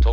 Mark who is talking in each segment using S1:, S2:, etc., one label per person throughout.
S1: と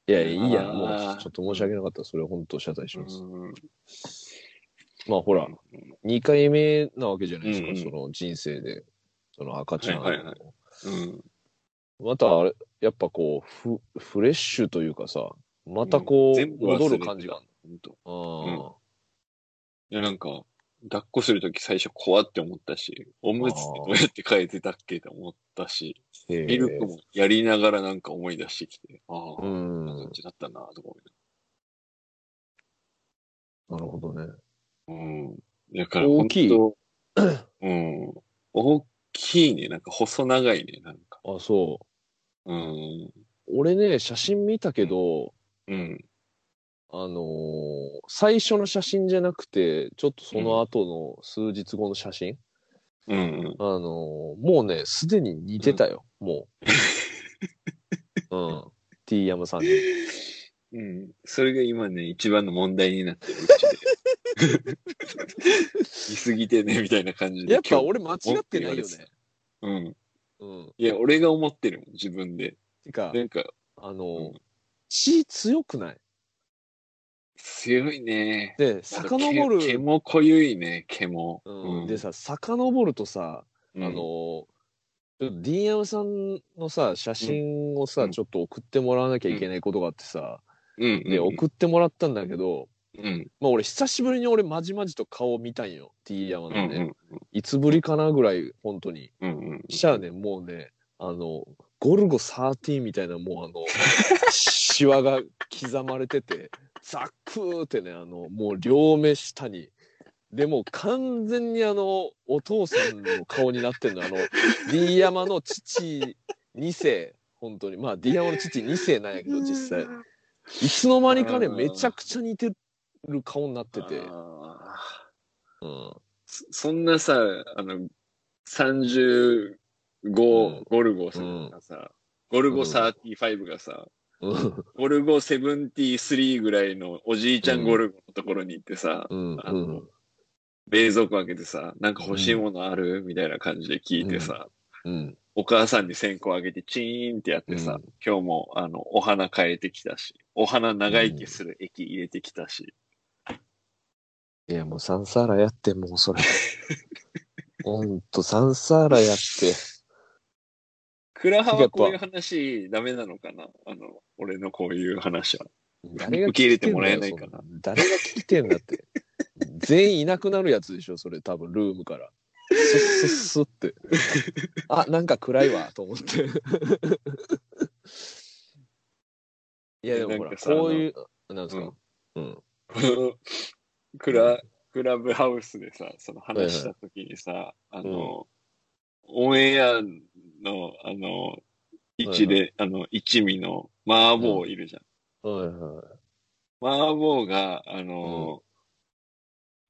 S2: いや、いいや、
S3: あー
S2: もう、ちょっと申し訳なかった。それは本当謝罪します。
S3: うん
S2: まあ、ほら、2回目なわけじゃないですか、
S3: うんうん
S2: その人生で、その赤ちゃんを。
S3: はいはいはうん
S2: また、あれ、やっぱこう、フフレッシュというかさ、またこう、
S3: 全部忘れて
S2: 戻る感じがある。
S3: ほんと
S2: あー
S3: いや、なんか、抱っこするとき最初怖って思ったし、おむつってどうやって変えてたっけって思ったし、
S2: へー
S3: ミルクもやりながらなんか思い出してきて、ああ、
S2: う
S3: こ
S2: ん。
S3: んな感じだったな、とか
S2: なるほどね。
S3: 思いながらうん。だから、
S2: 大きい
S3: ほんとうん。大きいね、なんか細長いね、なんか。
S2: あ、そう。
S3: うん。
S2: 俺ね、写真見たけど、
S3: うん。
S2: あのー最初の写真じゃなくて、ちょっとその後の数日後の写真、
S3: うんうん。
S2: あのーもうね、すでに似てたよ、もう。うん。T 山さんに。
S3: うん。それが今ね、一番の問題になってるうちで。言いす ぎてね、みたいな感じで。
S2: やっぱ
S3: 今日
S2: 俺間違ってな
S3: 文句言わ
S2: いよ
S3: れて
S2: ね。
S3: うん。
S2: うん。
S3: いや、俺が思ってるもん、自分で。
S2: てか、
S3: なんか、
S2: あの
S3: う
S2: ー
S3: ん
S2: 血強くない
S3: 強いね。
S2: で、
S3: なんか
S2: 遡る、
S3: 毛毛も濃ゆいね、毛も。
S2: うん、でさ、遡るとさ、
S3: うん
S2: あのー、ち、ょっと D 山さんのさ、写真をさ、
S3: うん
S2: ちょっと送ってもらわなきゃいけないことがあってさ、
S3: うんうん、
S2: で、送ってもらったんだけど、
S3: うん、
S2: まあ俺久しぶりに俺まじまじと顔を見たんよ、T 山
S3: うん、う
S2: の
S3: ん、う
S2: ね。
S3: ん
S2: いつぶりかなぐらい、本当に。
S3: うん、うん。
S2: したらね、もうね、あの、ゴルゴ13みたいなもうあの、シワが刻まれてて、ザクーってね、あの、もう両目下に。でもう完全にあの、お父さんの顔になってんの、あの、D 山の父2世、本当に。まあ D 山の父2世なんやけど、実際。いつの間にかね、
S3: うん
S2: めちゃくちゃ似てる顔になってて。
S3: あー
S2: うん。
S3: そそんなさ、あの、30
S2: う
S3: ゴ
S2: ん
S3: ゴルゴさんがさ、ゴルゴ35がさ、
S2: うん
S3: ゴルゴ73ぐらいのおじいちゃんゴルゴのところに行ってさ、
S2: うん
S3: あ
S2: う
S3: の
S2: ん
S3: 冷蔵庫開けてさ、なんか欲しいものある、みたいな感じで聞いてさ、
S2: うん
S3: お母さんに線香あげてチーンってやってさ、
S2: うん
S3: 今日もあの、お花変えてきたし、お花長生きする液入れてきたし、
S2: いやもうサンサーラやってもうそれ ほんとサンサーラやって
S3: 倉ラハはこういう話ダメなのかなあの、俺のこういう話は。
S2: 誰が
S3: 受け入れてもらえないかな
S2: 聞いてんだよそん誰が聞いてんだって全員いなくなるやつでしょそれ多分ルームからスッスッスッってあなんか暗いわと思っていやでもほら
S3: なんかさ
S2: こういうなんですかうん
S3: この クラ、クラブハウスでさ、その話した時にさ、あの、オンエアの、あの、一
S2: は
S3: で、あの、一味の麻婆いるじゃん。
S2: はいはい
S3: 麻婆が、あの、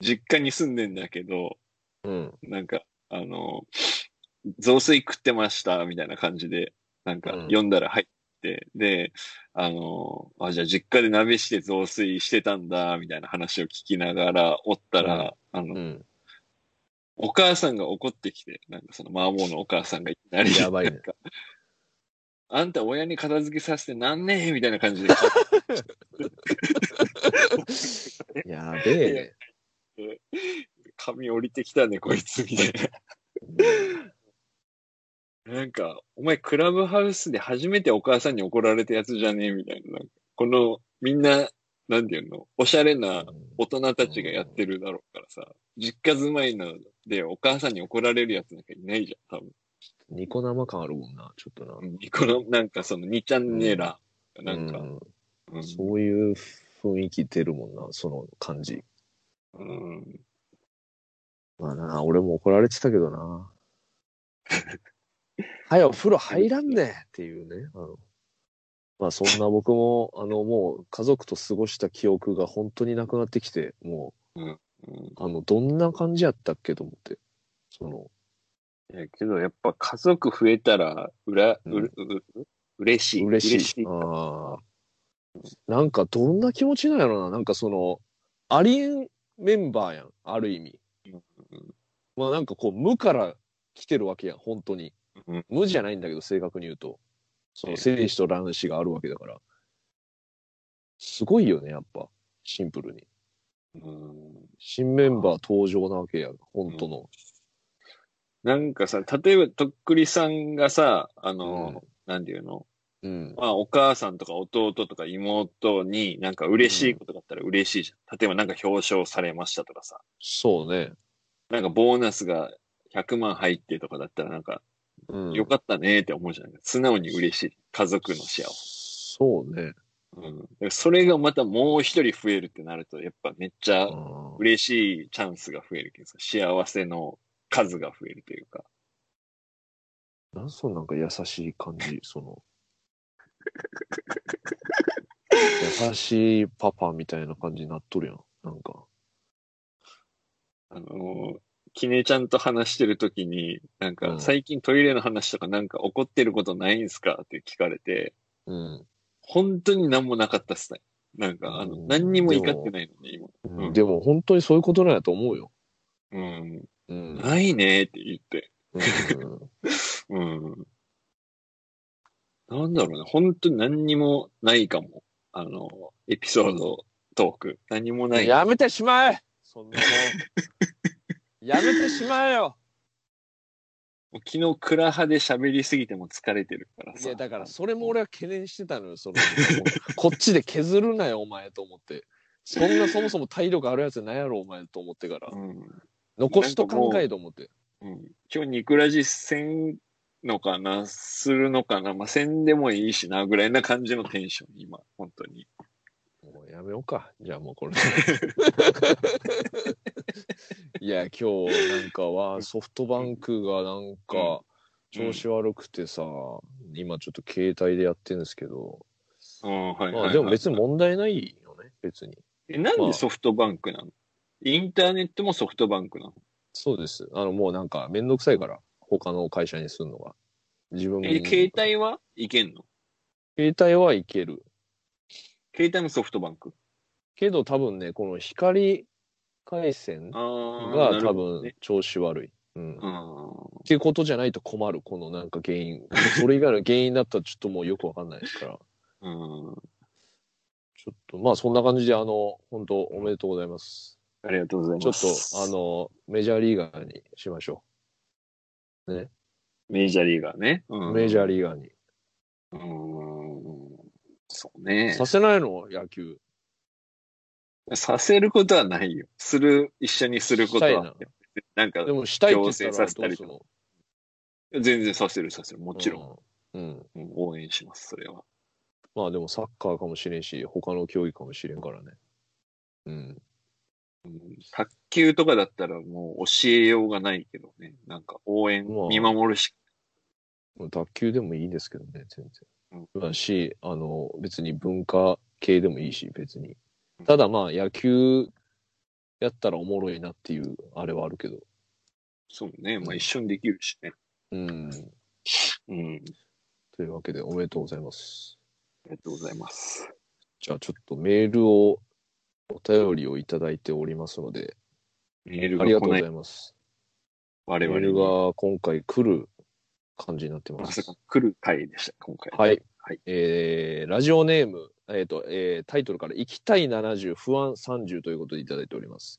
S3: 実家に住んでんだけど、
S2: うん
S3: なんか、あの、雑炊食ってました、みたいな感じで、なんか、
S2: うん
S3: 読んだら入って、で、あの、あ、じゃあ実家で鍋して雑炊してたんだ、みたいな話を聞きながら、おったら、あの、
S2: うん
S3: お母さんが怒ってきて、なんかその麻婆のお母さんがいきなり、
S2: やばいね
S3: なんかあんた親に片付けさせてなんねえみたいな感じで、
S2: やべえね
S3: 髪降りてきたね、こいつ、みた いな。なんか、お前クラブハウスで初めてお母さんに怒られたやつじゃねえみたいな。この、みんな、なんていうのおしゃれな大人たちがやってるだろうからさ、実家住まいなのでお母さんに怒られるやつなんかいないじゃん、多
S2: ニコ生感あるもんなちょっとな
S3: 分。この、なんかその2チャンネラーなんか、う
S2: うん
S3: ん
S2: そういう雰囲気出るもんなその感じ
S3: うん
S2: まあな、俺も怒られてたけどな。 はい、お風呂入らんねっていうね。あのまあそんな僕も、あのもう家族と過ごした記憶が本当になくなってきて、も
S3: うん
S2: う、あの、どんな感じやったっけと思って。その、
S3: いやけどやっぱ家族増えたら、うら、う
S2: うん
S3: う、う、嬉しい。
S2: 嬉しい。あーなんかどんな気持ちなんやろな。なんかその、ありえんメンバーやん、ある意味。まあなんかこう無から来てるわけやん本当に、
S3: うん
S2: 無じゃないんだけど正確に言うとその精子と卵子があるわけだからすごいよねやっぱシンプルに
S3: うん
S2: 新メンバー登場なわけやん本当の、
S3: なんかさ、例えば、とっくりさんがさ、あの、
S2: う
S3: なんていうの
S2: うん
S3: まあ、お母さんとか弟とか妹になんか嬉しいことがあったら嬉しいじゃん。例えばなんか表彰されましたとかさ、
S2: そうね、
S3: なんかボーナスが100万入ってとかだったらなんか、
S2: うん、
S3: よかったねって思うじゃん。素直に嬉しい。家族の幸せ。
S2: そうね、
S3: うん。だからそれがまたもう一人増えるってなると、やっぱめっちゃ
S2: うん
S3: 嬉しいチャンスが増えるけどさ、幸せの数が増えるというか。
S2: なんそのなんか優しい感 じその優しいパパみたいな感じになっとるやんなんか
S3: あのー、きねちゃんと話してるときに、なん
S2: う
S3: か、
S2: ん
S3: 最近トイレの話とかなんか怒ってることないんすかって聞かれて、
S2: うん、
S3: 本当に何もなかったっすね。なんか、あの、
S2: うん
S3: 何にも怒ってないのね、今。うん
S2: でも本当にそういうことなんやと思うよ
S3: うん。
S2: うん
S3: ないねって言って。
S2: うん
S3: うん。なんだろうね、本当に何にもないかも。あの、エピソード、トーク。何もない。
S2: やめてしまえそ んなもんやめてしまえよ
S3: もう昨日、クラハで喋りすぎても疲れてるから
S2: い
S3: さ。
S2: やだからそれも俺は懸念してたのよそのこっちで削るなよお前と思ってそんなそもそも体力あるやつなんやろお前と思ってから
S3: うん。
S2: 残しと考えと思って
S3: うん今日ニクラジせんのかなするのかなまあ、せんでもいいしな、ぐらいな感じのテンション、今、本当に。
S2: もうやめようかじゃあもうこれ いや今日なんかはソフトバンクがなんか調子悪くてさ、今ちょっと携帯でやってるんですけど
S3: うん、はい、はい
S2: ま
S3: は
S2: あ
S3: い。
S2: でも別に問題ないよね、別に。
S3: え、なん
S2: ま
S3: で
S2: あ
S3: ソフトバンクなのインターネットもソフトバンクなの
S2: そうです。あの、もうなんか、めんどくさいから、他の会社にするのが。自分も
S3: え、携帯はいけんの
S2: 携帯はいける。
S3: 携帯もソフトバンク。
S2: けど多分ね、この光回線
S3: あ
S2: が
S3: あ、
S2: 多
S3: な
S2: 分
S3: る
S2: 調子悪い。うん。っ
S3: ほどね。
S2: ていうことじゃないと困る、このなんか原因。 それ以外の原因だったらちょっともうよくわかんないですから。
S3: うん。うん。
S2: ちょっと、まあそんな感じで、あの、本当おめでとうございます。
S3: ありがとうござい
S2: ちょ
S3: ま
S2: っと
S3: す。、
S2: あ、の、メジャーリーガーにしましょ
S3: メジャーリーガーね。
S2: う。
S3: うん
S2: メジャーリーガーに。
S3: うーんそうね。
S2: させないの野球。
S3: させることはないよ。する、一緒にすること
S2: したい
S3: は
S2: な。
S3: なんか
S2: で、もしたいって言った
S3: 強制
S2: らど
S3: さ
S2: う
S3: せ
S2: す
S3: たり
S2: る
S3: とか
S2: の
S3: 全然させる、させる。もちろん。
S2: ん。うん。
S3: うん応援します、それは。
S2: まあでもサッカーかもしれんし、他の競技かもしれんからね。うん。
S3: 卓球とかだったらもう教えようがないけどね。なんか応援
S2: まあ、
S3: 見守るし。
S2: もう卓球でもいいですけどね、全然。
S3: う
S2: だし、あの、別に文化系でもいいし、別に。ただまあ野球やったらおもろいなっていう、あれはあるけど。
S3: そうね。まあ一緒にできるしね。
S2: うん。
S3: うん。
S2: というわけで、おめでとうございます。
S3: ありがとうございます。
S2: じゃあちょっとメールを、お便りをいただいておりますので、
S3: メール
S2: あり
S3: が
S2: がと
S3: 来
S2: うご
S3: な
S2: ざ
S3: い。
S2: います。
S3: 我
S2: メー
S3: 々
S2: ル
S3: に。
S2: が今回来る感じになってま
S3: ますさ。か来る回でした、今回。
S2: はい。
S3: はい
S2: えーラジオネーム、えっ、と、えータイトルから、行きたい70、不安30ということでいただいております。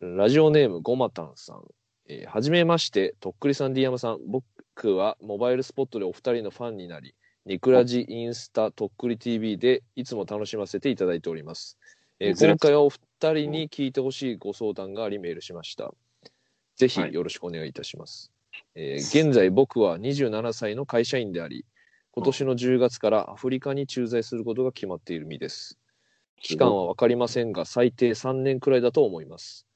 S2: ラジオネーム、ごまたんさん。えーはじめまして、とっくりさん、D 山さん。僕はモバイルスポットでお二人のファンになり、ニクラジインスタ、とっくり TV でいつも楽しませていただいております。えー
S3: 珍しい
S2: 今回はお二人に聞いてほしいご相談がありメールしました。ぜひ
S3: はい
S2: よろしくお願いいたします。えー現在僕は27歳の会社員であり、今年の10月からアフリカに駐在することが決まっている身です。期間は分かりませんが、最低3年くらいだと思います。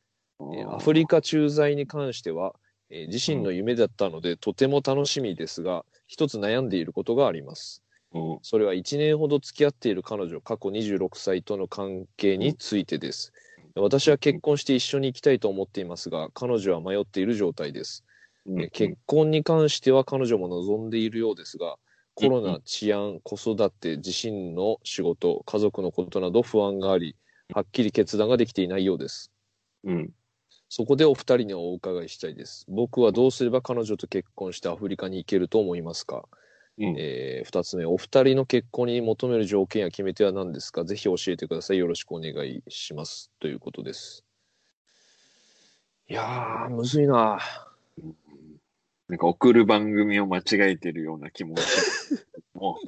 S2: えーアフリカ駐在に関しては、えー自身の夢だったので、とても楽しみですが一つ悩んでいることがあります
S3: うん
S2: それは1年ほど付き合っている彼女過去26歳との関係についてです私は結婚して一緒に行きたいと思っていますが彼女は迷っている状態です
S3: うん
S2: えー結婚に関しては彼女も望んでいるようですがコロナ、治安、子育て、自身の仕事、家族のことなど不安があり、はっきり決断ができていないようです。
S3: うん。
S2: そこでお二人にお伺いしたいです。僕はどうすれば彼女と結婚してアフリカに行けると思いますか、
S3: うん
S2: えー、二つ目、お二人の結婚に求める条件や決め手は何ですかぜひ教えてください。よろしくお願いします。ということです。いやー、むずいな
S3: なんか送る番組を間違えてるような気もし ますけども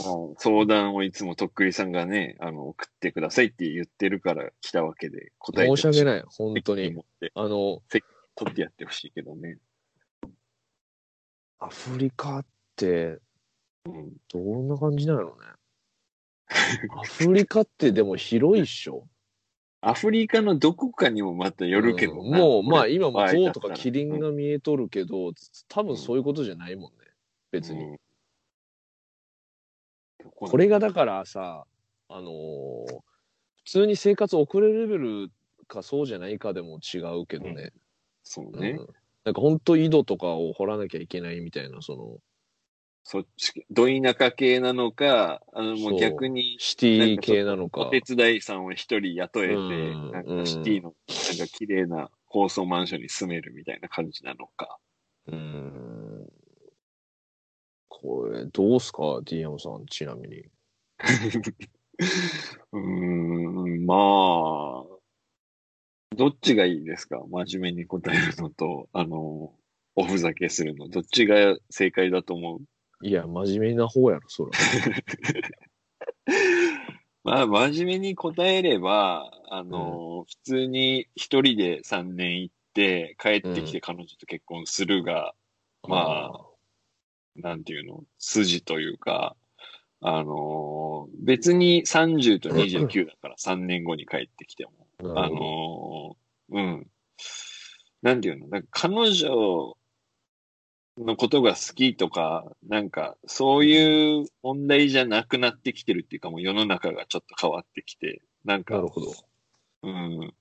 S3: あの相談をいつもとっくりさんがね、あの、送ってくださいって言ってるから来たわけで答えて
S2: 申し訳
S3: い。
S2: ない。本当に。
S3: 持って、
S2: あの、
S3: 取ってやってほしいけどね。
S2: アフリカって
S3: うん。
S2: どんな感じなのね。アフリカってでも広いっしょ
S3: アフリカのどこかにもまたよるけど
S2: うん
S3: な、
S2: もうまあ
S3: これ
S2: 今も
S3: 場合だ
S2: 象
S3: った
S2: と
S3: ら
S2: かキリンが見えとるけど、多分そういうことじゃないもんね別に、
S3: うんどこ
S2: これがだからさあのー普通に生活送れるレベルかそうじゃないかでも違うけどね、
S3: そう
S2: うん
S3: ね、
S2: なんか本当井戸とかを掘らなきゃいけないみたいなその
S3: そっち、ど田舎系なのか、あの、も
S2: そう
S3: う逆に
S2: シティ系なのか
S3: お手伝いさんを一人雇えて、
S2: うん
S3: なんかシティの、なんか綺麗な高層マンションに住めるみたいな感じなのか。
S2: うんこれどうすか D 山さんちなみに
S3: うーん、まあ、どっちがいいですか真面目に答えるのと、あの、おふざけするの。どっちが正解だと思う
S2: いや真面目な方やろそら
S3: まあ、真面目に答えれば、あの、普通に一人で3年行って、帰ってきて彼女と結婚するが、まあなんていうの、筋というか、あのー別に30と29だから3年後に帰ってきても、
S2: あな
S3: あ
S2: るほど
S3: のーうん。なんていうの、なんか彼女のことが好きとか、なんかそういう問題じゃなくなってきてるっていうか、もう世の中がちょっと変わってきて、なん
S2: な
S3: か
S2: る、ほど
S3: うん。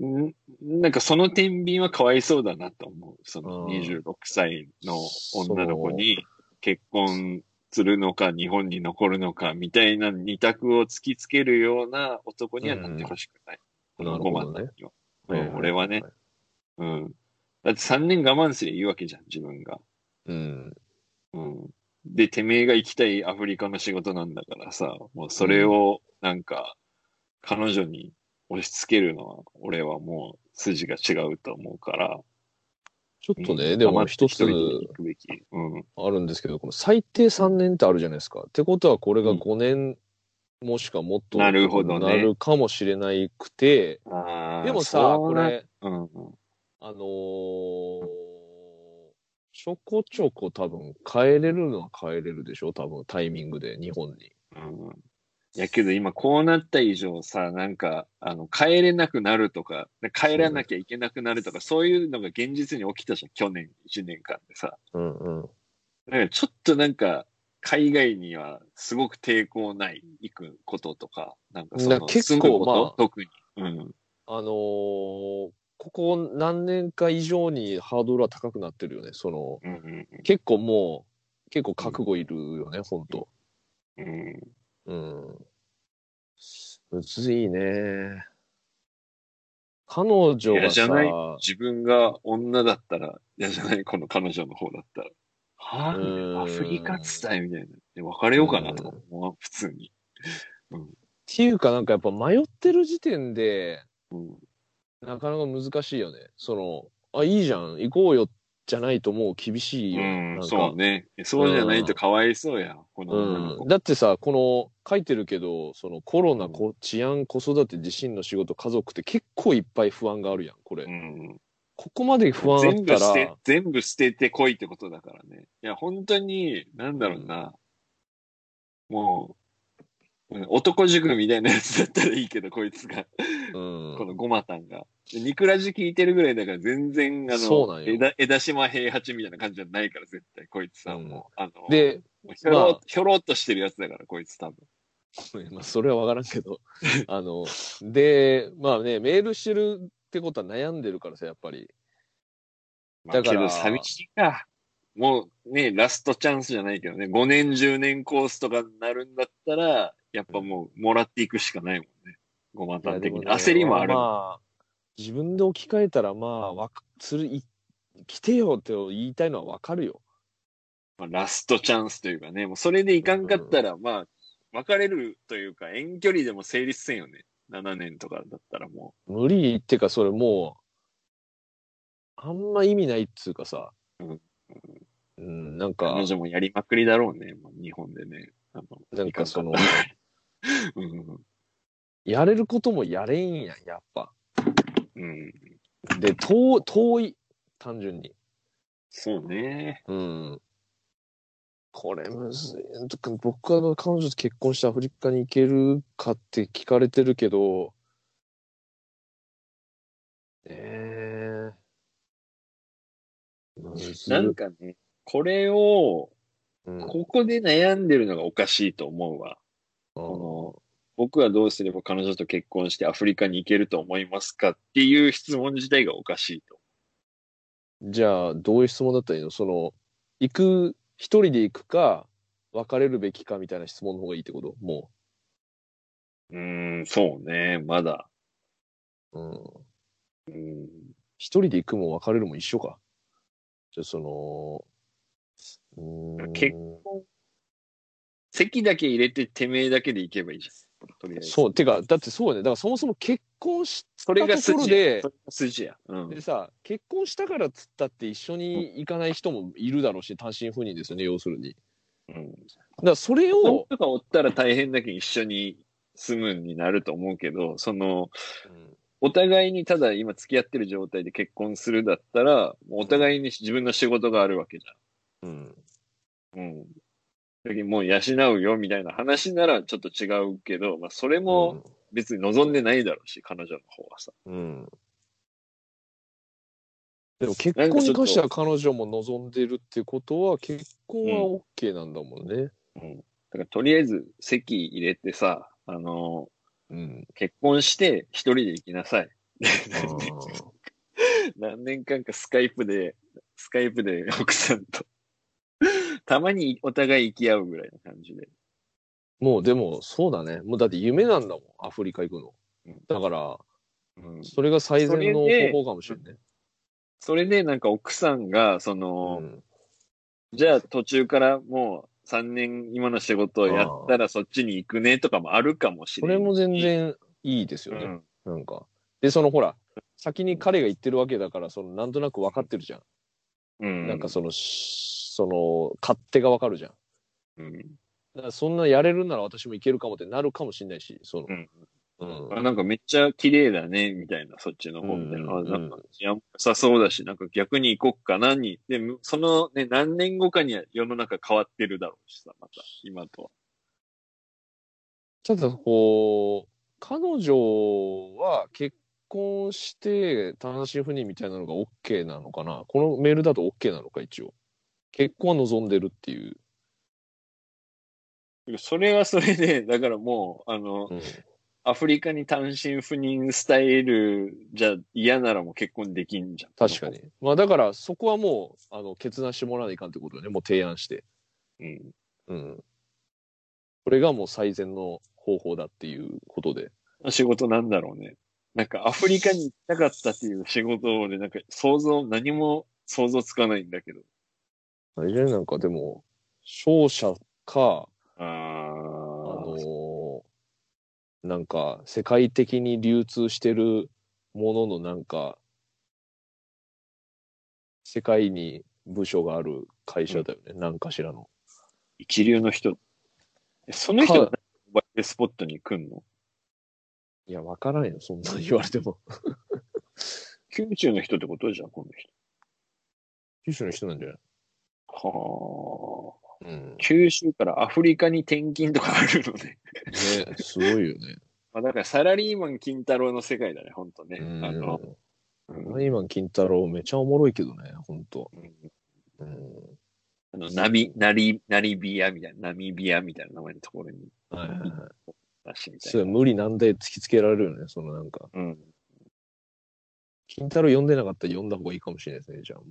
S3: んなんかその天秤はかわいそうだなと思う。その
S2: うん
S3: 26歳の女の子に結婚するのか日本に残るのかみたいな二択を突きつけるような男にはなってほしくない。
S2: うん
S3: この
S2: なるほ
S3: 5
S2: ど
S3: 番
S2: ね
S3: には。うん俺はね、うん。だって3年我慢すりゃいいわけじゃん、自分が。
S2: うん。
S3: うん。で、てめえが行きたいアフリカの仕事なんだからさ、もうそれをなんか彼女に押し付けるのは俺はもう筋が違うと思うから。
S2: ちょっとね、でも一つ
S3: 行くべき。うん。
S2: あるんですけど、この最低3年ってあるじゃないですか。ってことは、これが
S3: うん
S2: 5年、もしくはもっと
S3: なるほどね
S2: なるかもしれないくて、
S3: あー
S2: でもさ、
S3: そ
S2: こ
S3: うな
S2: れ、
S3: うんうん。
S2: あのーちょこちょこ多分変えれるのは変えれるでしょ多分タイミングで日本に。
S3: うん。いやけど今こうなった以上さ、なんか、あの、帰れなくなるとか、帰らなきゃいけなくなるとか、そういうのが現実に起きたじゃん、去年1年間でさ。
S2: うんうん。
S3: だからちょっとなんか、海外にはすごく抵抗ない行くこととか、なんかそ
S2: な
S3: の、
S2: 結構
S3: 住むこと
S2: まあ
S3: 特に。うん。
S2: あのーここ何年か以上にハードルは高くなってるよね。その、
S3: うんうん
S2: 結構もう、結構覚悟いるよね、ほんと。
S3: うん。
S2: うん。むずいね。彼女
S3: いや
S2: が
S3: じゃない
S2: さ、
S3: 自分が女だったら、嫌じゃない、 この彼女の方だったら。はぁ、みたいな
S2: う
S3: ア
S2: ん
S3: フリカ地帯みたいな。で別れようかなとか思う、普通に。
S2: っていうかなんかやっぱ迷ってる時点で、
S3: うん。
S2: なかなか難しいよね。その、あ、いいじゃん、行こうよ、じゃないともう厳しいよ。
S3: うん
S2: なんか
S3: そうね。そうじゃないとかわいそうや、この女の
S2: うん、
S3: 子。
S2: だってさこの書いてるけどそのコロナ、こ治安子育て自身の仕事家族って結構いっぱい不安があるやんこれ、
S3: うん
S2: ここまで不安あ
S3: 全部
S2: った
S3: 捨
S2: ら
S3: て、全部捨ててこいってことだからね。いや、本当に、なんだろうな。もう、うん男塾みたいなやつだったらいいけど、こいつが、
S2: うん
S3: このゴマタンが。でニクラジ聞いてるぐらいだから全然、あ
S2: そうな
S3: の、
S2: んよ
S3: 枝枝島平八みたいな感じじゃないから、絶対、こいつさ、
S2: うん
S3: もう、あの、
S2: で、
S3: ひょろ、
S2: まあ
S3: ひょろっとしてるやつだから、こいつ多分。
S2: まあ、それは分からん けどあのでまあねメールしてるってことは悩んでるからさやっぱり
S3: まあ、
S2: だから
S3: けど寂しいか。もうね、ラストチャンスじゃないけどね、5年、10年コースとかになるんだったら、やっぱもう、もらっていくしかないもんね。ごまたん的に。
S2: いやでね
S3: 焦りもある。
S2: まあ自分で置き換えたらまあわかつるい来てよって言いたいのは分かるよ
S3: まあラストチャンスというかね、もうそれでいかんかったら、まあ、別れるというか、遠距離でも成立せんよね。7年とかだったらも
S2: 無理ってかそれもうあんま意味ないっつうかさ
S3: うん、
S2: うん、なん
S3: う、
S2: か
S3: 彼女もやりまくりだろうね、もう日本でね。あの
S2: なんかその
S3: いかんかったうん
S2: やれることもやれんやんやっぱ
S3: うん、うん。
S2: で遠遠い単純に
S3: そうね。
S2: うんこれむずい僕はあの彼女と結婚してアフリカに行けるかって聞かれてるけどねえむずい
S3: なんかね、これを、
S2: うん
S3: ここで悩んでるのがおかしいと思うわ。この僕はどうすれば彼女と結婚してアフリカに行けると思いますかっていう質問自体がおかしいと。
S2: じゃあどういう質問だったらいいのその行く一人で行くか別れるべきかみたいな質問の方がいいってことも
S3: うーん、そうね、まだ。
S2: う、うん、
S3: うん、
S2: 一人で行くも別れるも一緒かじゃあそのうーん
S3: 結席だけ入れててめえだけで行けばいいじゃん。とりあえず。
S2: そうてかだってそうよねだからそもそも結婚し
S3: それが
S2: ところ
S3: 筋
S2: で
S3: や。それが筋や。うん
S2: で。さ結婚したからっつったって一緒に行かない人もいるだろうし単身赴任ですよね要するに
S3: うん。
S2: だからそれ
S3: 子
S2: を、
S3: とかおったら大変だけど一緒に住むになると思うけど、その、お互いにただ今付き合ってる状態で結婚するだったら、もうお互いに自分の仕事があるわけじゃん。
S2: うん
S3: うん。時もう養うよみたいな話ならちょっと違うけど、まあそれも別に望んでないだろうし、彼女の方はさ。
S2: うん。でも結婚に関しては彼女も望んでるってことは、結婚は OK なんだもんね。
S3: だからとりあえず席入れてさ、あの、
S2: うん。
S3: 結婚して一人で行きなさい。何年間かスカイプで、スカイプで 奥さんと。たまにお互い行き合うぐらいの感じで。
S2: もうでもそうだねもうだって夢なんだもんアフリカ行くの
S3: うん
S2: だから
S3: うん、
S2: それが最善の
S3: それで
S2: 方法かもしれんね
S3: それでなんか奥さんが、その、じゃあ途中からもう3年今の仕事をやったらそっちに行くねとかもあるかもし
S2: そ
S3: れな
S2: れ
S3: い。
S2: も全然いいですよ
S3: う
S2: ね、
S3: ん
S2: なんかでそのほら先に彼が言ってるわけだからそのなんとなく分かってるじゃん、
S3: うん。
S2: なんかそのしその勝手が分かるじゃん
S3: うん、
S2: だからそんなやれるなら私もいけるかもってなるかもしれないしその
S3: うん
S2: うん
S3: あなんかめっちゃ綺麗だね、みたいな、そっちの方みたいな。
S2: うん
S3: あなんか、いや、良さそうだし、なんか逆に行こっかなに。で、むそのね、何年後かには世の中変わってるだろうしさ、また、今とは。
S2: ただこう彼女は結婚して単身赴任みたいなのが OK なのかなこのメールだと OK なのか一応結婚は望んでるっていう、
S3: それはそれで、 だからもう、あの、
S2: うん
S3: アフリカに単身赴任スタイルじゃ嫌ならもう結婚できんじゃん。
S2: 確かにまあだからそこはもうあの決断してもらわないかんってことよねもう提案して
S3: うん。
S2: うんこれがもう最善の方法だっていうことで
S3: 仕事なんだろうね。なんかアフリカに行きたかったっていう仕事をね、なんか想像、何も想像つかないんだけど。
S2: あれじゃないなんかでも勝者か
S3: あ
S2: あ
S3: の
S2: のーなんか世界的に流通してるもののなんか世界に部署がある会社だよね、なんかしらの
S3: 一流の人。えその人、
S2: か
S3: モバイルスポットに来んの
S2: いやわからんよそんな言われても
S3: 九州の人ってことじゃん、この人。
S2: 九州の人なんじゃない
S3: はあ。
S2: うん、
S3: 九州からアフリカに転勤とかあるのね。
S2: ね、すごいよね。
S3: まあだからサラリーマン金太郎の世界だね、ほんとね。あの、うん
S2: うん、今金太郎めちゃおもろいけどね、本当。うん、
S3: あのナビ、ナリ、ナリビアみたいな、ナミビアみたいな名前のところに
S2: はいはいはい。
S3: 出してみた
S2: それ
S3: いな。
S2: 無理なんで突きつけられるよね、そのなんか。
S3: うん。
S2: 金太郎読んでなかったら読んだ方がいいかもしれないですね、じゃあ。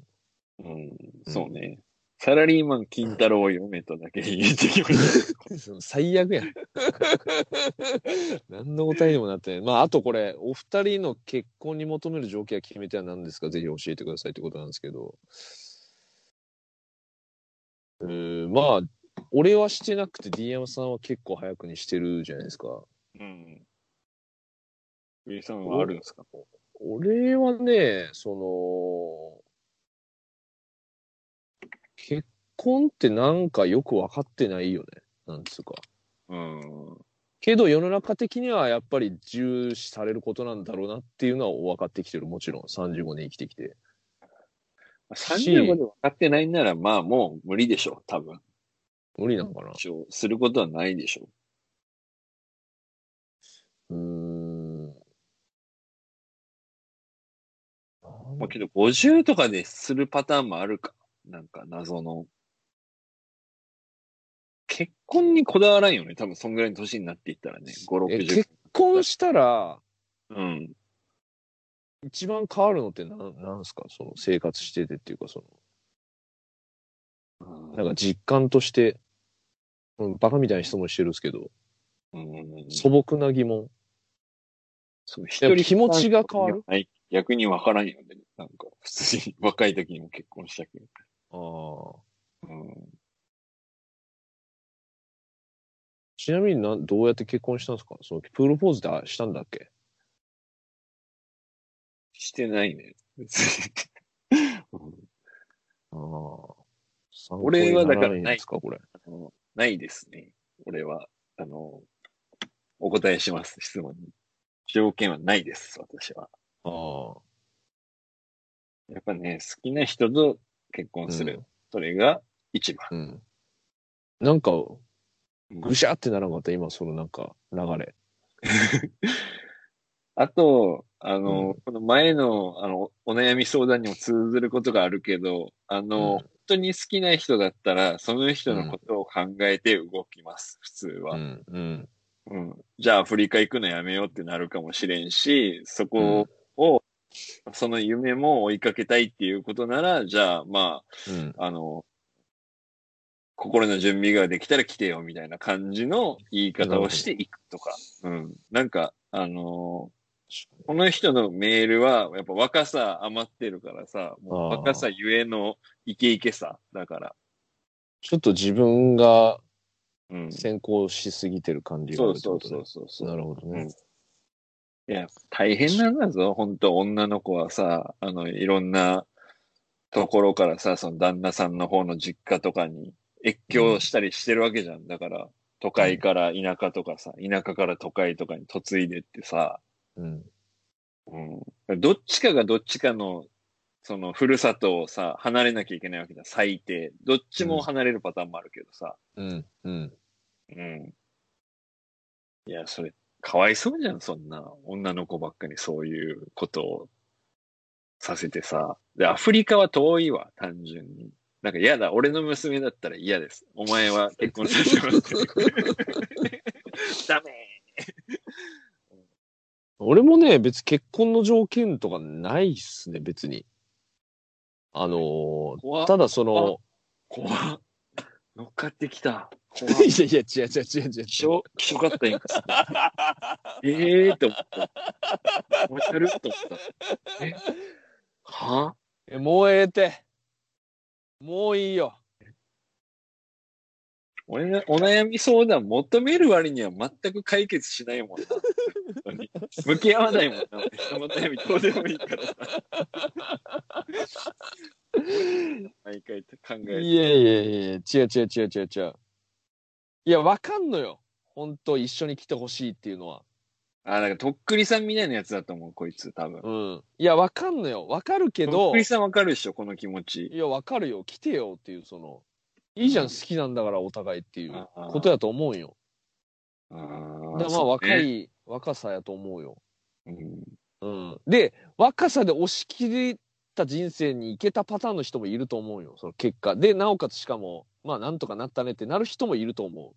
S3: うん、そうね。サラリーマン金太郎を読めとだけ言ってきました。
S2: 最悪や ん。何の答えにもなってない。まあ、あとこれ、お二人の結婚に求める条件は決めては何ですかぜひ教えてくださいってことなんですけど。うーん、まあ、俺はしてなくて D 山さんは結構早くにしてるじゃないですか。
S3: うん。ウィルさんはあるんですか
S2: 俺はね、その、結婚ってなんかよく分かってないよね。なんつうか。
S3: うん。
S2: けど世の中的にはやっぱり重視されることなんだろうなっていうのは分かってきてるもちろん35年生きてきて
S3: 35で分かってないなら、まあもう無理でしょう、多分。
S2: 無理なのかな
S3: 一応、することはないでしょ
S2: うーん
S3: う。まあけど、50とかでするパターンもあるか。なんか、謎の。結婚にこだわらんよね。多分、そんぐらいの年になっていったらね。5、
S2: え
S3: 60
S2: 結。婚したら
S3: うん。
S2: 一番変わるのって何なんすかその生活しててっていうかそのなんか実感として、うん、バカみたいな質問してるんですけど
S3: うん、
S2: 素朴な疑問
S3: そう、
S2: やっぱ気持ちが変わる
S3: はい。逆に分からんよね。なんか、普通に若い時にも結婚したけど。
S2: あー
S3: うん。
S2: ちなみになんどうやって結婚したんですかそのプロポーズってしたんだっけ
S3: してないね。別 にうん
S2: ああ。
S3: 俺はだから
S2: 参考にならないんですか、これ。
S3: あのないですね。俺は、あの、お答えします、質問に。条件はないです、私は。
S2: ああ。
S3: やっぱね、好きな人と結婚する。
S2: うん
S3: それが一番。
S2: うん。なんか、
S3: うん
S2: ぐしゃってならなかった、今、そのなんか、流れ。
S3: あと、あの、
S2: うん
S3: この前の、あの、お悩み相談にも通ずることがあるけど、あの、
S2: うん
S3: 本当に好きな人だったら、その人のことを考えて動きます、普通
S2: う
S3: は、
S2: ん。うん。
S3: うん。じゃあアフリカ行くのやめようってなるかもしれんし、そこを、その夢も追いかけたいっていうことなら、じゃあ、ま
S2: うん。
S3: あ、あの、心の準備ができたら来てよ、みたいな感じの言い方をしていくとか。うん。なんか、あのーこの人のメールは、やっぱ若さ余ってるからさ、もう
S2: あー
S3: 若さゆえのイケイケさ、だから。
S2: ちょっと自分が
S3: うん。
S2: 先行しすぎてる感じが
S3: そ
S2: あ
S3: う
S2: るって
S3: そ
S2: こ
S3: う
S2: と
S3: そ
S2: ね
S3: う。そうそう。
S2: なるほどね。
S3: いや、大変なんだぞ、本当女の子はさ、あの、いろんなところからさ、その旦那さんの方の実家とかに越境したりしてるわけじゃん。だから、都会から田舎とかさ、田舎から都会とかに嫁いでってさ、
S2: うん。
S3: うん、どっちかがどっちかの、その、ふるさとをさ、離れなきゃいけないわけだ、最低。どっちも離れるパターンもあるけどさ、
S2: うん。うん。
S3: うん。いや、それ、かわいそうじゃん、そんな。女の子ばっかにそういうことをさせてさ。で、アフリカは遠いわ、単純に。なんか嫌だ、俺の娘だったら嫌です。お前は結婚させてもらって。ダメ
S2: 俺もね、別に結婚の条件とかないっすね、別に。あのー
S3: 怖った
S2: だその、
S3: 怖っ乗っかってきた。怖っ
S2: いやいや、違う違う違う違う。
S3: 気象、気象かった今。ええーって思った。お前やると思った。えは
S2: えもうええて。もういいよ。
S3: 俺がお悩み相談求める割には全く解決しない もんな。本当に向き合わないもんな。俺人の悩みどうでもいいからさ。毎回考
S2: いや
S3: え
S2: いやいやいや、違う違う違う違う違う。いや、わかんのよ。本当一緒に来てほしいっていうのは。
S3: あ、なんかとっくりさんみたいなやつだと思う、こいつ多分。
S2: うん。いや、わかんのよ。わかるけ
S3: とっ
S2: ど、
S3: くり
S2: い
S3: さんわかるでしょ、この気持ち。
S2: や、わかるよ。来てよっていう、その、いいじゃん、
S3: うん
S2: 好きなんだから、お互いっていう
S3: あー
S2: ことやと思うよ。
S3: あ
S2: だからまあ、若い、若さやと思うよ。
S3: うん
S2: うん。で、若さで押し切った人生に行けたパターンの人もいると思うよ。その結果。で、なおかつしかも、まあ、なんとかなったねってなる人もいると思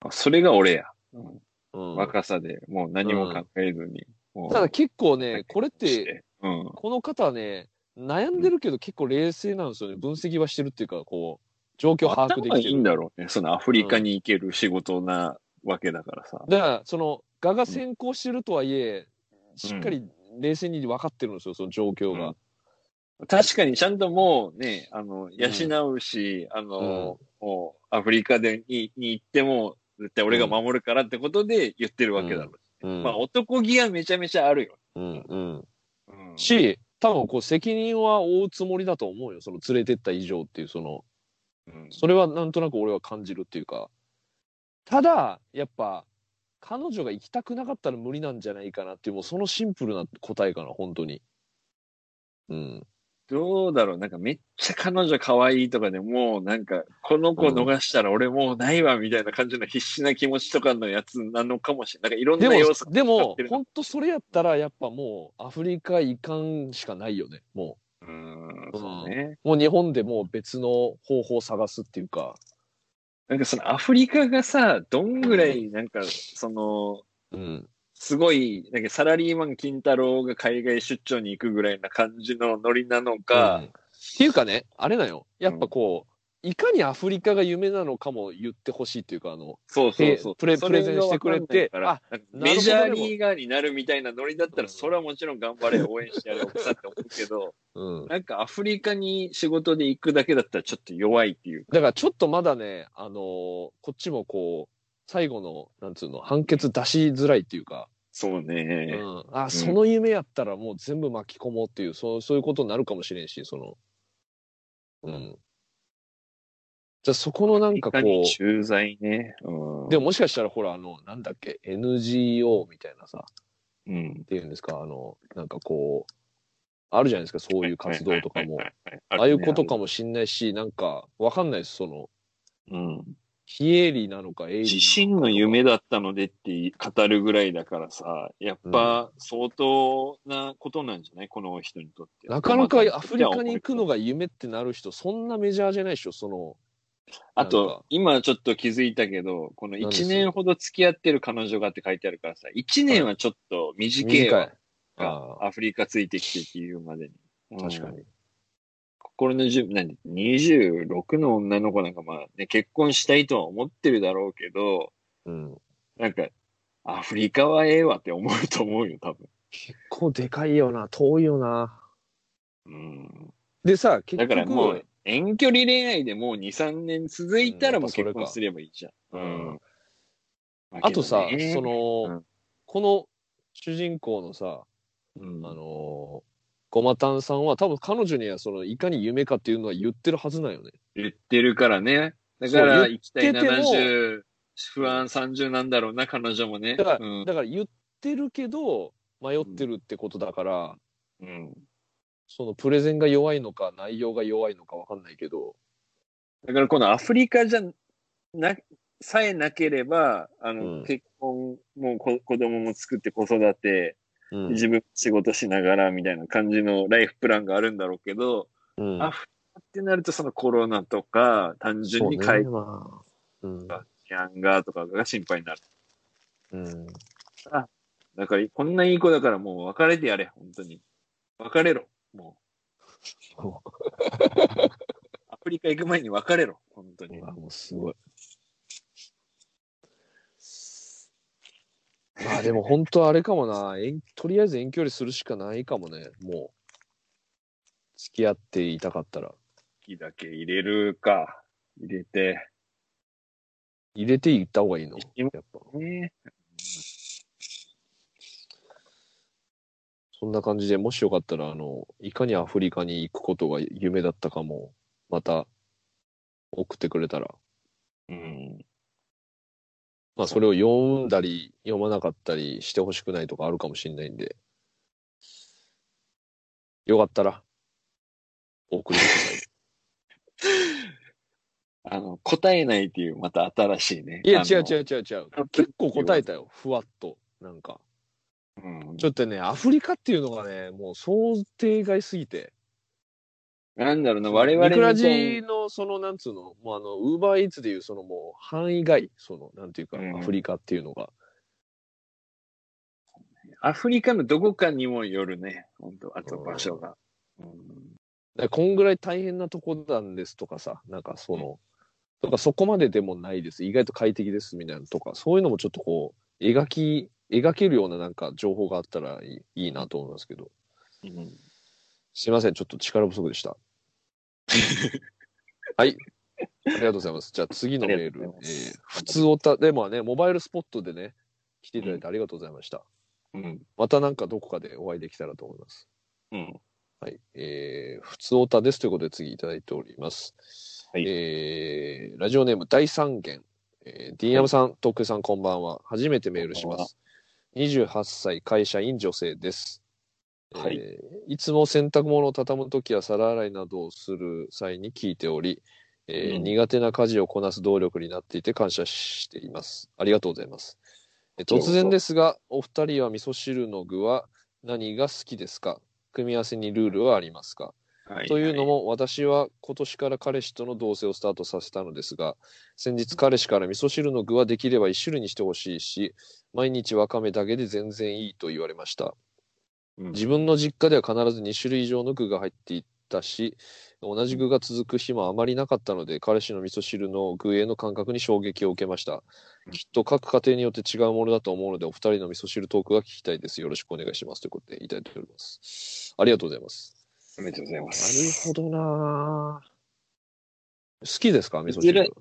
S3: あそれが俺や。
S2: う。うん。
S3: 若さで、もう何も考えずに。もう
S2: ただ結構ね
S3: 解、
S2: これっ、
S3: 決してうん。
S2: この方ね、悩んでるけど結構冷静なんですよね。分析はしてるっていうか、こう、状況把握で
S3: 頭
S2: き
S3: い
S2: て
S3: い
S2: る
S3: ん。だろうね。そのアフリカに行ける仕事なわけだからさ。
S2: だから、その、我が先行してるとはいえ、しっかり冷静に分かってるんですよ、その状況が。
S3: 確かにちゃんともうね、あの、養うし、あの、もうアフリカでにに行っても、絶対俺が守るからってことで言ってるわけだろう。
S2: うん。
S3: まあ男気はめちゃめちゃあるよ。
S2: うん、うん。
S3: うん
S2: し、多分こう、責任は負うつもりだと思うよ。その、連れてった以上っていう、その、
S3: うん
S2: それはなんとなく俺は感じるっていうか。ただ、やっぱ、彼女が行きたくなかったら無理なんじゃないかなっていう、もうそのシンプルな答えかな、本当に。うん。
S3: どうだろうなんかめっちゃ彼女可愛いとかでもうなんかこの子逃したら俺もうないわみたいな感じの必死な気持ちとかのやつなのかもしれない。なんかいろん
S2: で
S3: な要素
S2: も、
S3: 使
S2: で
S3: っ
S2: も
S3: て、る
S2: 本当それやったら、やっぱもう、アフリカ行かんしかないよね、も
S3: うん、そうね。
S2: う。もう日本でもう別の方法を探すっていうか。
S3: なんかそのアフリカがさ、どんぐらいなんかその、
S2: うん。
S3: すごい、なんかサラリーマン金太郎が海外出張に行くぐらいな感じのノリなの
S2: う
S3: か
S2: ん、っていうかね、あれなよ。やっぱこう、いかにアフリカが夢なのかも言ってほしいっていうか、あの、
S3: そうそうそう。
S2: でプレ
S3: それが
S2: プレゼンしてくれて
S3: わかんないからなんか
S2: なるほど
S3: メジャーリーガーになるみたいなノリだったら、それはもちろん頑張れ、応援してやれ、奥さんって思うけ ど、
S2: うん。
S3: なんかアフリカに仕事で行くだけだったらちょっと弱いっていうか。
S2: だからちょっとまだね、あのーこっちもこう、最後の、なんつうの、判決出しづらいっていうか、
S3: そう
S2: う
S3: ね。
S2: ん、あ、その夢やったらもう全部巻き込もうっていう、そうそういうことになるかもしれんし、その、うん。じゃあそこのなんかこ
S3: アフリカに
S2: う、
S3: 駐在ね。うん。
S2: でももしかしたらほら、あの、なんだっけ、NGO みたいなさ、っ
S3: うん。
S2: ていうんですか、あの、なんかこう、あるじゃないですか、そういう活動とかも
S3: は。いはいはいはい。
S2: ああいうことかもしんないし、なんか、わかんないです、その、
S3: うん。
S2: 非営利なのか、営利なのか
S3: 自身の夢だったのでって語るぐらいだからさ、やっぱ相当なことなんじゃないこの人にとって。
S2: なかなかアフリカに行くのが夢ってなる人、そんなメジャーじゃないでしょ、その。
S3: あ
S2: なんか
S3: と、今ちょっと気づいたけど、この
S2: 何です
S3: 1年ほど付き合ってる彼女がって書いてあるからさ、1年はちょっと短いわ。
S2: い。
S3: か、アフリカついてきてっていうまでに。うん
S2: 確かに。
S3: 心の準備、何 ?26 の女の子なんかまあね、結婚したいとは思ってるだろうけど、
S2: うん。
S3: なんか、アフリカはええわって思うと思うよ、多分。
S2: 結構でかいよな、遠いよな。
S3: うん。
S2: でさ、結
S3: だ
S2: 局
S3: からもう、遠距離恋愛でもう2、3年続いたらもう
S2: うんや
S3: 結
S2: っぱそれか
S3: 婚すればいいじゃん。
S2: うん
S3: ん。
S2: あとさ、その、
S3: うん
S2: この主人公のさ、
S3: うん、
S2: あのー、ごまたんさんは多分彼女にはそのいかに夢かっていうのは言ってるはずなんよね。
S3: 言ってるからね。だから、
S2: そう
S3: 行きたい
S2: 言ってても
S3: 70、不安30なんだろうな、彼女もね。
S2: だから、
S3: うん。
S2: だから言ってるけど迷ってるってことだから、
S3: うん
S2: そのプレゼンが弱いのか内容が弱いのかわかんないけど、
S3: だから、このアフリカじゃな、さえなければ、あの、
S2: うん
S3: 結婚もこ子供も作って子育て、
S2: うん
S3: 自分仕事しながらみたいな感じのライフプランがあるんだろうけど、
S2: うん
S3: アフリカってなるとそのコロナとか、単純に
S2: そう
S3: 海
S2: ねまあうん
S3: 治安がとかが心配になる。
S2: うん
S3: だから、こんないい子だからもう別れてやれ、本当に。別れろ、もう。
S2: そう
S3: アフリカ行く前に別れろ、本当に
S2: う。わもうすごい。まあでも本当あれかもな、遠とりあえず遠距離するしかないかもね、もう。付き合っていたかったら。
S3: 木だけ入れるか。入れて。
S2: 入れていった方がいいのや
S3: 今
S2: っぱ。
S3: ね
S2: そんな感じでもしよかったら、あの、いかにアフリカに行くことが夢だったかも、また送ってくれたら。
S3: うん。
S2: まあそれを読んだり、読まなかったりしてほしくないとかあるかもしれないんで。よかったら、お送り ください。
S3: あの、答えないっていう、また新しいね。
S2: いや、
S3: あ
S2: 違
S3: の
S2: う違う。違う違う。結構答えたよ。ふわっと。なんか。
S3: うん
S2: ちょっとね、アフリカっていうのがね、もう想定外すぎて。
S3: なんだろうな、我々
S2: ミクラ
S3: みた
S2: ジ
S3: い
S2: のそのなんつうのもうあのウーバーイーツでいうそのもう範囲外そのなんていうか、
S3: うん
S2: アフリカっていうのが
S3: アフリカのどこかにもよるね。本当あと場所が。うん
S2: だからこんぐらい大変なとこなんですとかさなんかその、とかそこまででもないです意外と快適ですみたいなのとかそういうのもちょっとこう描き描けるようななんか情報があったらいいいいなと思いますけど
S3: うん
S2: すいませんちょっと力不足でした はいありがとうございますじゃあ次のメール
S3: ありがとうご
S2: え
S3: ざいます
S2: ー普通おたでもねモバイルスポットでね来ていただいてありがとうございました、
S3: うん。
S2: またなんかどこかでお会いできたらと思います。
S3: うん。
S2: はい。えー、普通オタですということで次いただいております。
S3: はい
S2: えー、ラジオネーム第三元。えー、ディーナムさん、トックさんこんばんは。初めてメールします。28歳、会社員女性です。
S3: はい
S2: えーいつも洗濯物を畳むときや皿洗いなどをする際に聞いており、えー
S3: うん
S2: 苦手な家事をこなす動力になっていて感謝しています。ありがとうございます。えー
S3: どうぞ
S2: 突然ですが、お二人は味噌汁の具は何が好きですか組み合わせにルールはありますか、
S3: は
S2: というのも、私は今年から彼氏との同棲をスタートさせたのですが、先日彼氏から味噌汁の具はできれば一種類にしてほしいし、毎日わかめだけで全然いいと言われました。
S3: うん
S2: 自分の実家では必ず2種類以上の具が入っていったし同じ具が続く日もあまりなかったので彼氏の味噌汁の具への感覚に衝撃を受けました
S3: うん
S2: きっと各家庭によって違うものだと思うのでお二人の味噌汁トークが聞きたいですよろしくお願いしますということでいただいておりますありがとうございます
S3: おめでとうございま
S2: な
S3: す。
S2: るほどな好きですか味噌
S3: こ
S2: 汁
S3: ち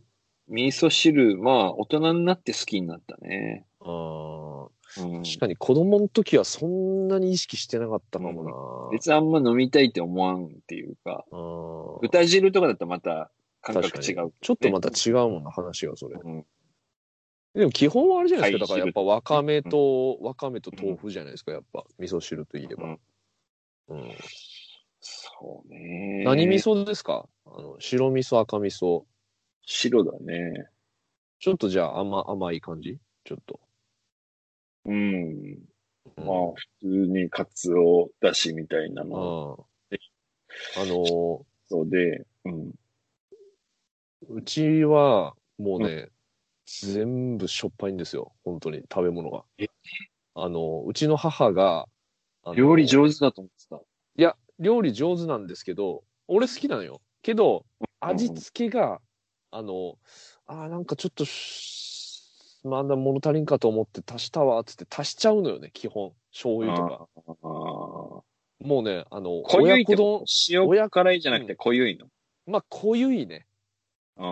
S3: 味噌汁、まあ、大人になって好きになったね。
S2: あー
S3: うん。
S2: 確かに子供の時はそんなに意識してなかったかもな、
S3: 別にあんま飲みたいって思わんっていうか、
S2: あー
S3: 豚汁とかだったらまた感覚違う。
S2: ちょっとまた違うもんな話がそれ
S3: うん、
S2: でも基本はあれじゃないですか。だ
S3: はい
S2: からやっぱわかめと、わかめと豆腐じゃないですか。やっぱ味噌汁といえば。うん
S3: そうね。
S2: 何味噌ですかあの白味噌、赤味噌。
S3: 白だね。
S2: ちょっとじゃあ甘甘い感じちょっと。
S3: うん。
S2: うん
S3: まあ、普通にカツオだしみたいなの
S2: うんあの
S3: そうで、うん。
S2: ーうちはもうね、全部しょっぱいんですよ。本当に食べ物が
S3: え。
S2: あのーうちの母が、ああの
S3: 料理上手だと思ってた。
S2: いや、料理上手なんですけど、俺好きなのよ。けど、
S3: うん
S2: 味付けが、あの、あーなんかちょっとし、まだ物足りんかと思って足したわ、つって足しちゃうのよね、基本。醤油とか。
S3: あー
S2: もうね、あの、
S3: 濃ゆい
S2: 親
S3: ってこ
S2: 子
S3: と
S2: 丼、
S3: 塩辛いじゃなくて濃ゆいの。
S2: まあ、濃ゆいね。
S3: あ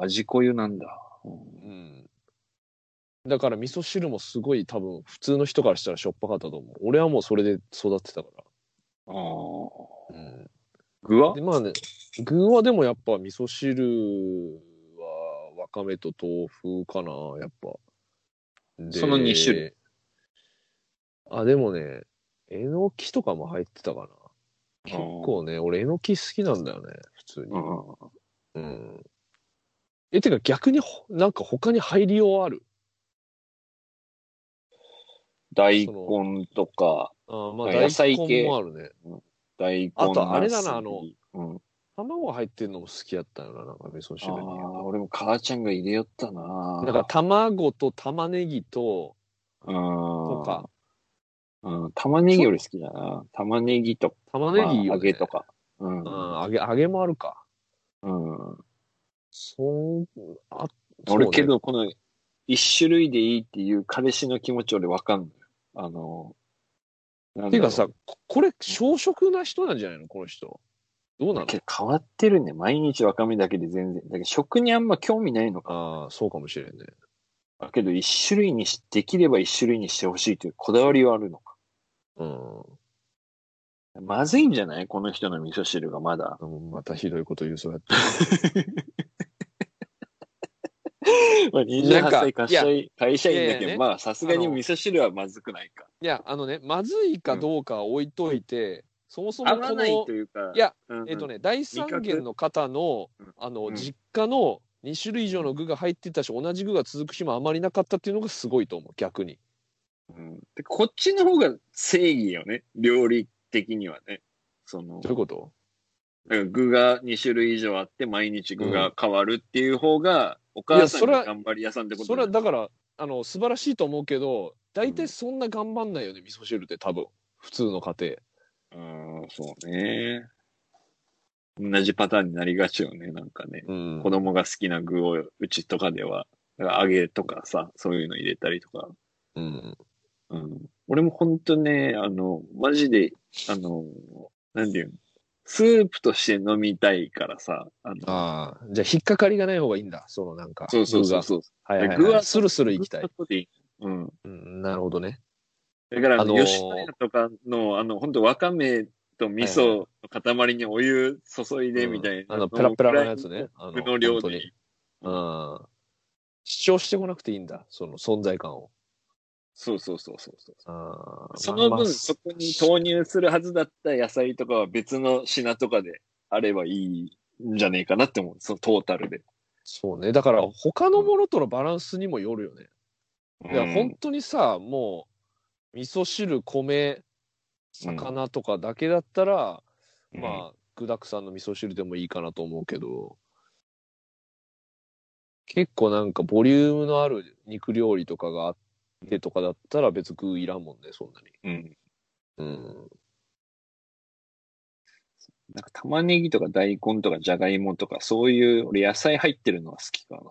S3: あ、味濃ゆなんだ。うん
S2: うん。だから味噌汁もすごい多分、普通の人からしたらしょっぱかったと思う。俺はもうそれで育ってたか
S3: ああ。
S2: ら。うん。
S3: 具は
S2: でまあね具はでもやっぱ味噌汁はわかめと豆腐かなやっぱで
S3: その二種類
S2: あでもねえのきとかも入ってたかな結構ね俺えのき好きなんだよね普通に
S3: うん
S2: うんえてか逆にほなんか他に入りようある
S3: 大根とか、
S2: あまあ
S3: あ
S2: 大
S3: 野菜
S2: 根
S3: 系
S2: もあるね
S3: 大根。
S2: あとあれだな
S3: ナス
S2: あの
S3: うん、
S2: 卵入ってるのも好きやったよななんか味噌
S3: あ
S2: 汁に
S3: あ、俺も母ちゃんが入れよったな。
S2: なんか卵と玉ねぎと
S3: うん、
S2: とか
S3: うん、玉ねぎより好きだな。玉ねぎとか、ま
S2: 玉ねぎ
S3: あ
S2: いいよ、ね
S3: 揚げとか。うん。うん
S2: うん揚げ揚げもあるかそんあそうね
S3: 俺けど、この、一種類でいいっていう彼氏の気持ち俺わかんない。あの、なんだろ
S2: ていうかさ、ここれ、小食な人なんじゃないのこの人。どうなの
S3: けど変わってるね。毎日わかめだけで全然。だけど食にあんま興味ないのか。
S2: ああ、そうかもしれんね。
S3: だけど一種類にし、できれば一種類にしてほしいというこだわりはあるのか。
S2: うん。
S3: まずいんじゃないこの人の味噌汁がまだ。
S2: またひどいこと言うそうやっ
S3: まあ、
S2: なん
S3: 28
S2: か
S3: 歳会社員会社員だ
S2: い
S3: け
S2: やいや
S3: ど、
S2: ね
S3: まあさすがに
S2: あの
S3: 味噌汁はまずくないか。
S2: いや、あのね、まずいかどうかは置いといて、そもそも
S3: 合
S2: こ
S3: わ
S2: の、
S3: ないいというか。
S2: や、
S3: うんうん
S2: えっ、とね、第三元の方の
S3: うん、
S2: あの、
S3: うん
S2: 実家の2種類以上の具が入ってたし、同じ具が続く日もあまりなかったっていうのがすごいと思う、逆に。
S3: うんでこっちの方が正義よね。料理的にはね。その
S2: どう、いうこと
S3: だから具が2種類以上あって、毎日具が変わるっていう方が、お
S2: い
S3: 母
S2: や
S3: さ
S2: そ
S3: ん
S2: れは
S3: が頑張り屋さんってこと
S2: それは
S3: だ
S2: だから、あの、素晴らしいと思うけど、大体そんな頑張んないよね、味噌汁って多分。普通の家庭。
S3: うん、そうね。同じパターンになりがちよね、なんかね。
S2: うん
S3: 子供が好きな具を、うちとかでは、だから揚げとかさ、そういうの入れたりとか。
S2: うん。
S3: うん。俺もほんとね、あの、マジで、あの、なんていうの、スープとして飲みたいからさ、あの、
S2: ああ、じゃあ引っかかりがない方がいいんだ、そのなんか。
S3: そうそうそう
S2: 具
S3: そう。
S2: が。はいはい
S3: 具
S2: は。
S3: はい
S2: スルスルいきたい。
S3: うん。
S2: うん、なるほどね。
S3: だから、
S2: あ
S3: あ
S2: の
S3: の
S2: ー
S3: 吉野家とかの、あの、本当わかめと味噌の塊にお湯注いでみたいな。
S2: あの、ペラペラのやつね。あ
S3: 具の量
S2: 本当
S3: で
S2: に。うん。主張してこなくていいんだ、その存在感を。
S3: そうそうそうそうそう。
S2: あー
S3: その
S2: まあまあ
S3: 分、そこに投入するはずだった野菜とかは別の品とかであればいいんじゃねえかなって思う。そのトータルで。
S2: そうね。だから、他のものとのバランスにもよるよね。いや、
S3: うん
S2: 本当にさ、もう、味噌汁、米、魚とかだけだったら、
S3: うん
S2: まあ、具だくさんの味噌汁でもいいかなと思うけど、結構なんかボリュームのある肉料理とかがあってとかだったら別に具いらんもんね、そんなに。
S3: うん。
S2: うん。
S3: なんか玉ねぎとか大根とかじゃがいもとか、そういう、俺野菜入ってるのは好きかな。な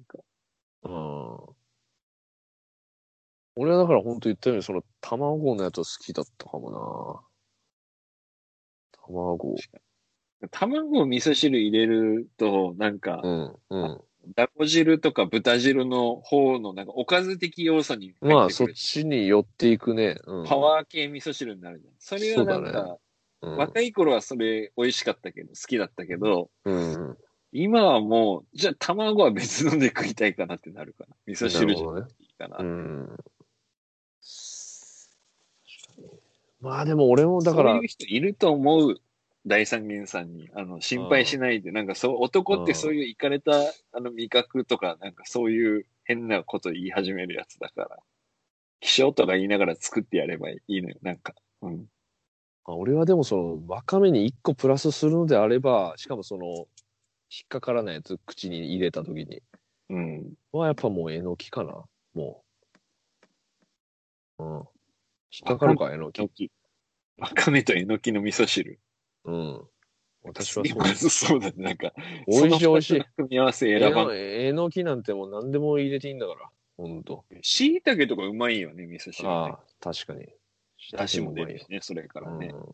S3: んか。
S2: うん。俺はだから本当言ったように、その卵のやつは好きだったかもな。卵。
S3: 卵を味噌汁入れると、なんか、
S2: うん、うん。
S3: だこ汁とか豚汁の方のなんかおかず的要素に
S2: ま
S3: 入
S2: あ、
S3: って
S2: そ
S3: く
S2: っ
S3: るし、
S2: ちに寄っていくね。うん、
S3: パワー系味噌汁になるじゃん。それはなん
S2: そうだ
S3: か、
S2: うん
S3: 若い頃はそれ美味しかったけど、好きだったけど、
S2: うん。
S3: 今はもう、じゃあ卵は別ので食いたいかなってなるかな。味噌汁じゃ
S2: なるほどね。
S3: いいかな。
S2: うん。まあでも俺もだから
S3: そういう、人いると思う。第三元さんに、あの、心配しないで、なんかそう、男ってそういういかれた、あの、味覚とか、なんかそういう変なこと言い始めるやつだから、気象とか言いながら作ってやればいいのよ、なんか。うん。
S2: 俺はでもその、わかめに一個プラスするのであれば、しかもその、引っかからないやつ、口に入れた時に。
S3: うん。
S2: はやっぱもうえのきかな、もう。うん。引っかかるか、えの
S3: えの
S2: き。
S3: き。わかめとえのきの味噌汁。
S2: うん。私はそう
S3: まずそうだね。なんか、
S2: 美味しい
S3: その
S2: 美味しい。
S3: 組み合わせ
S2: え
S3: 選ばん
S2: の。えのきなんてもう何でも入れていいんだから。ほんと。
S3: しいたけとかうまいよね、味噌汁、ね
S2: あ。あ、確かに。
S3: だしも出る
S2: よ
S3: しね、それからね。
S2: うん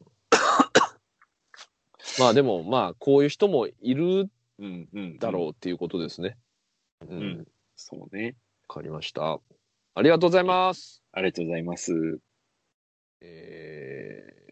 S2: まあでもまあこういう人もいる
S3: うんうん。
S2: だろうっていうことですね。
S3: う
S2: う。
S3: んん
S2: わ、
S3: そうね。
S2: かりました。ありがとうございます。
S3: ありがとうございます。
S2: えー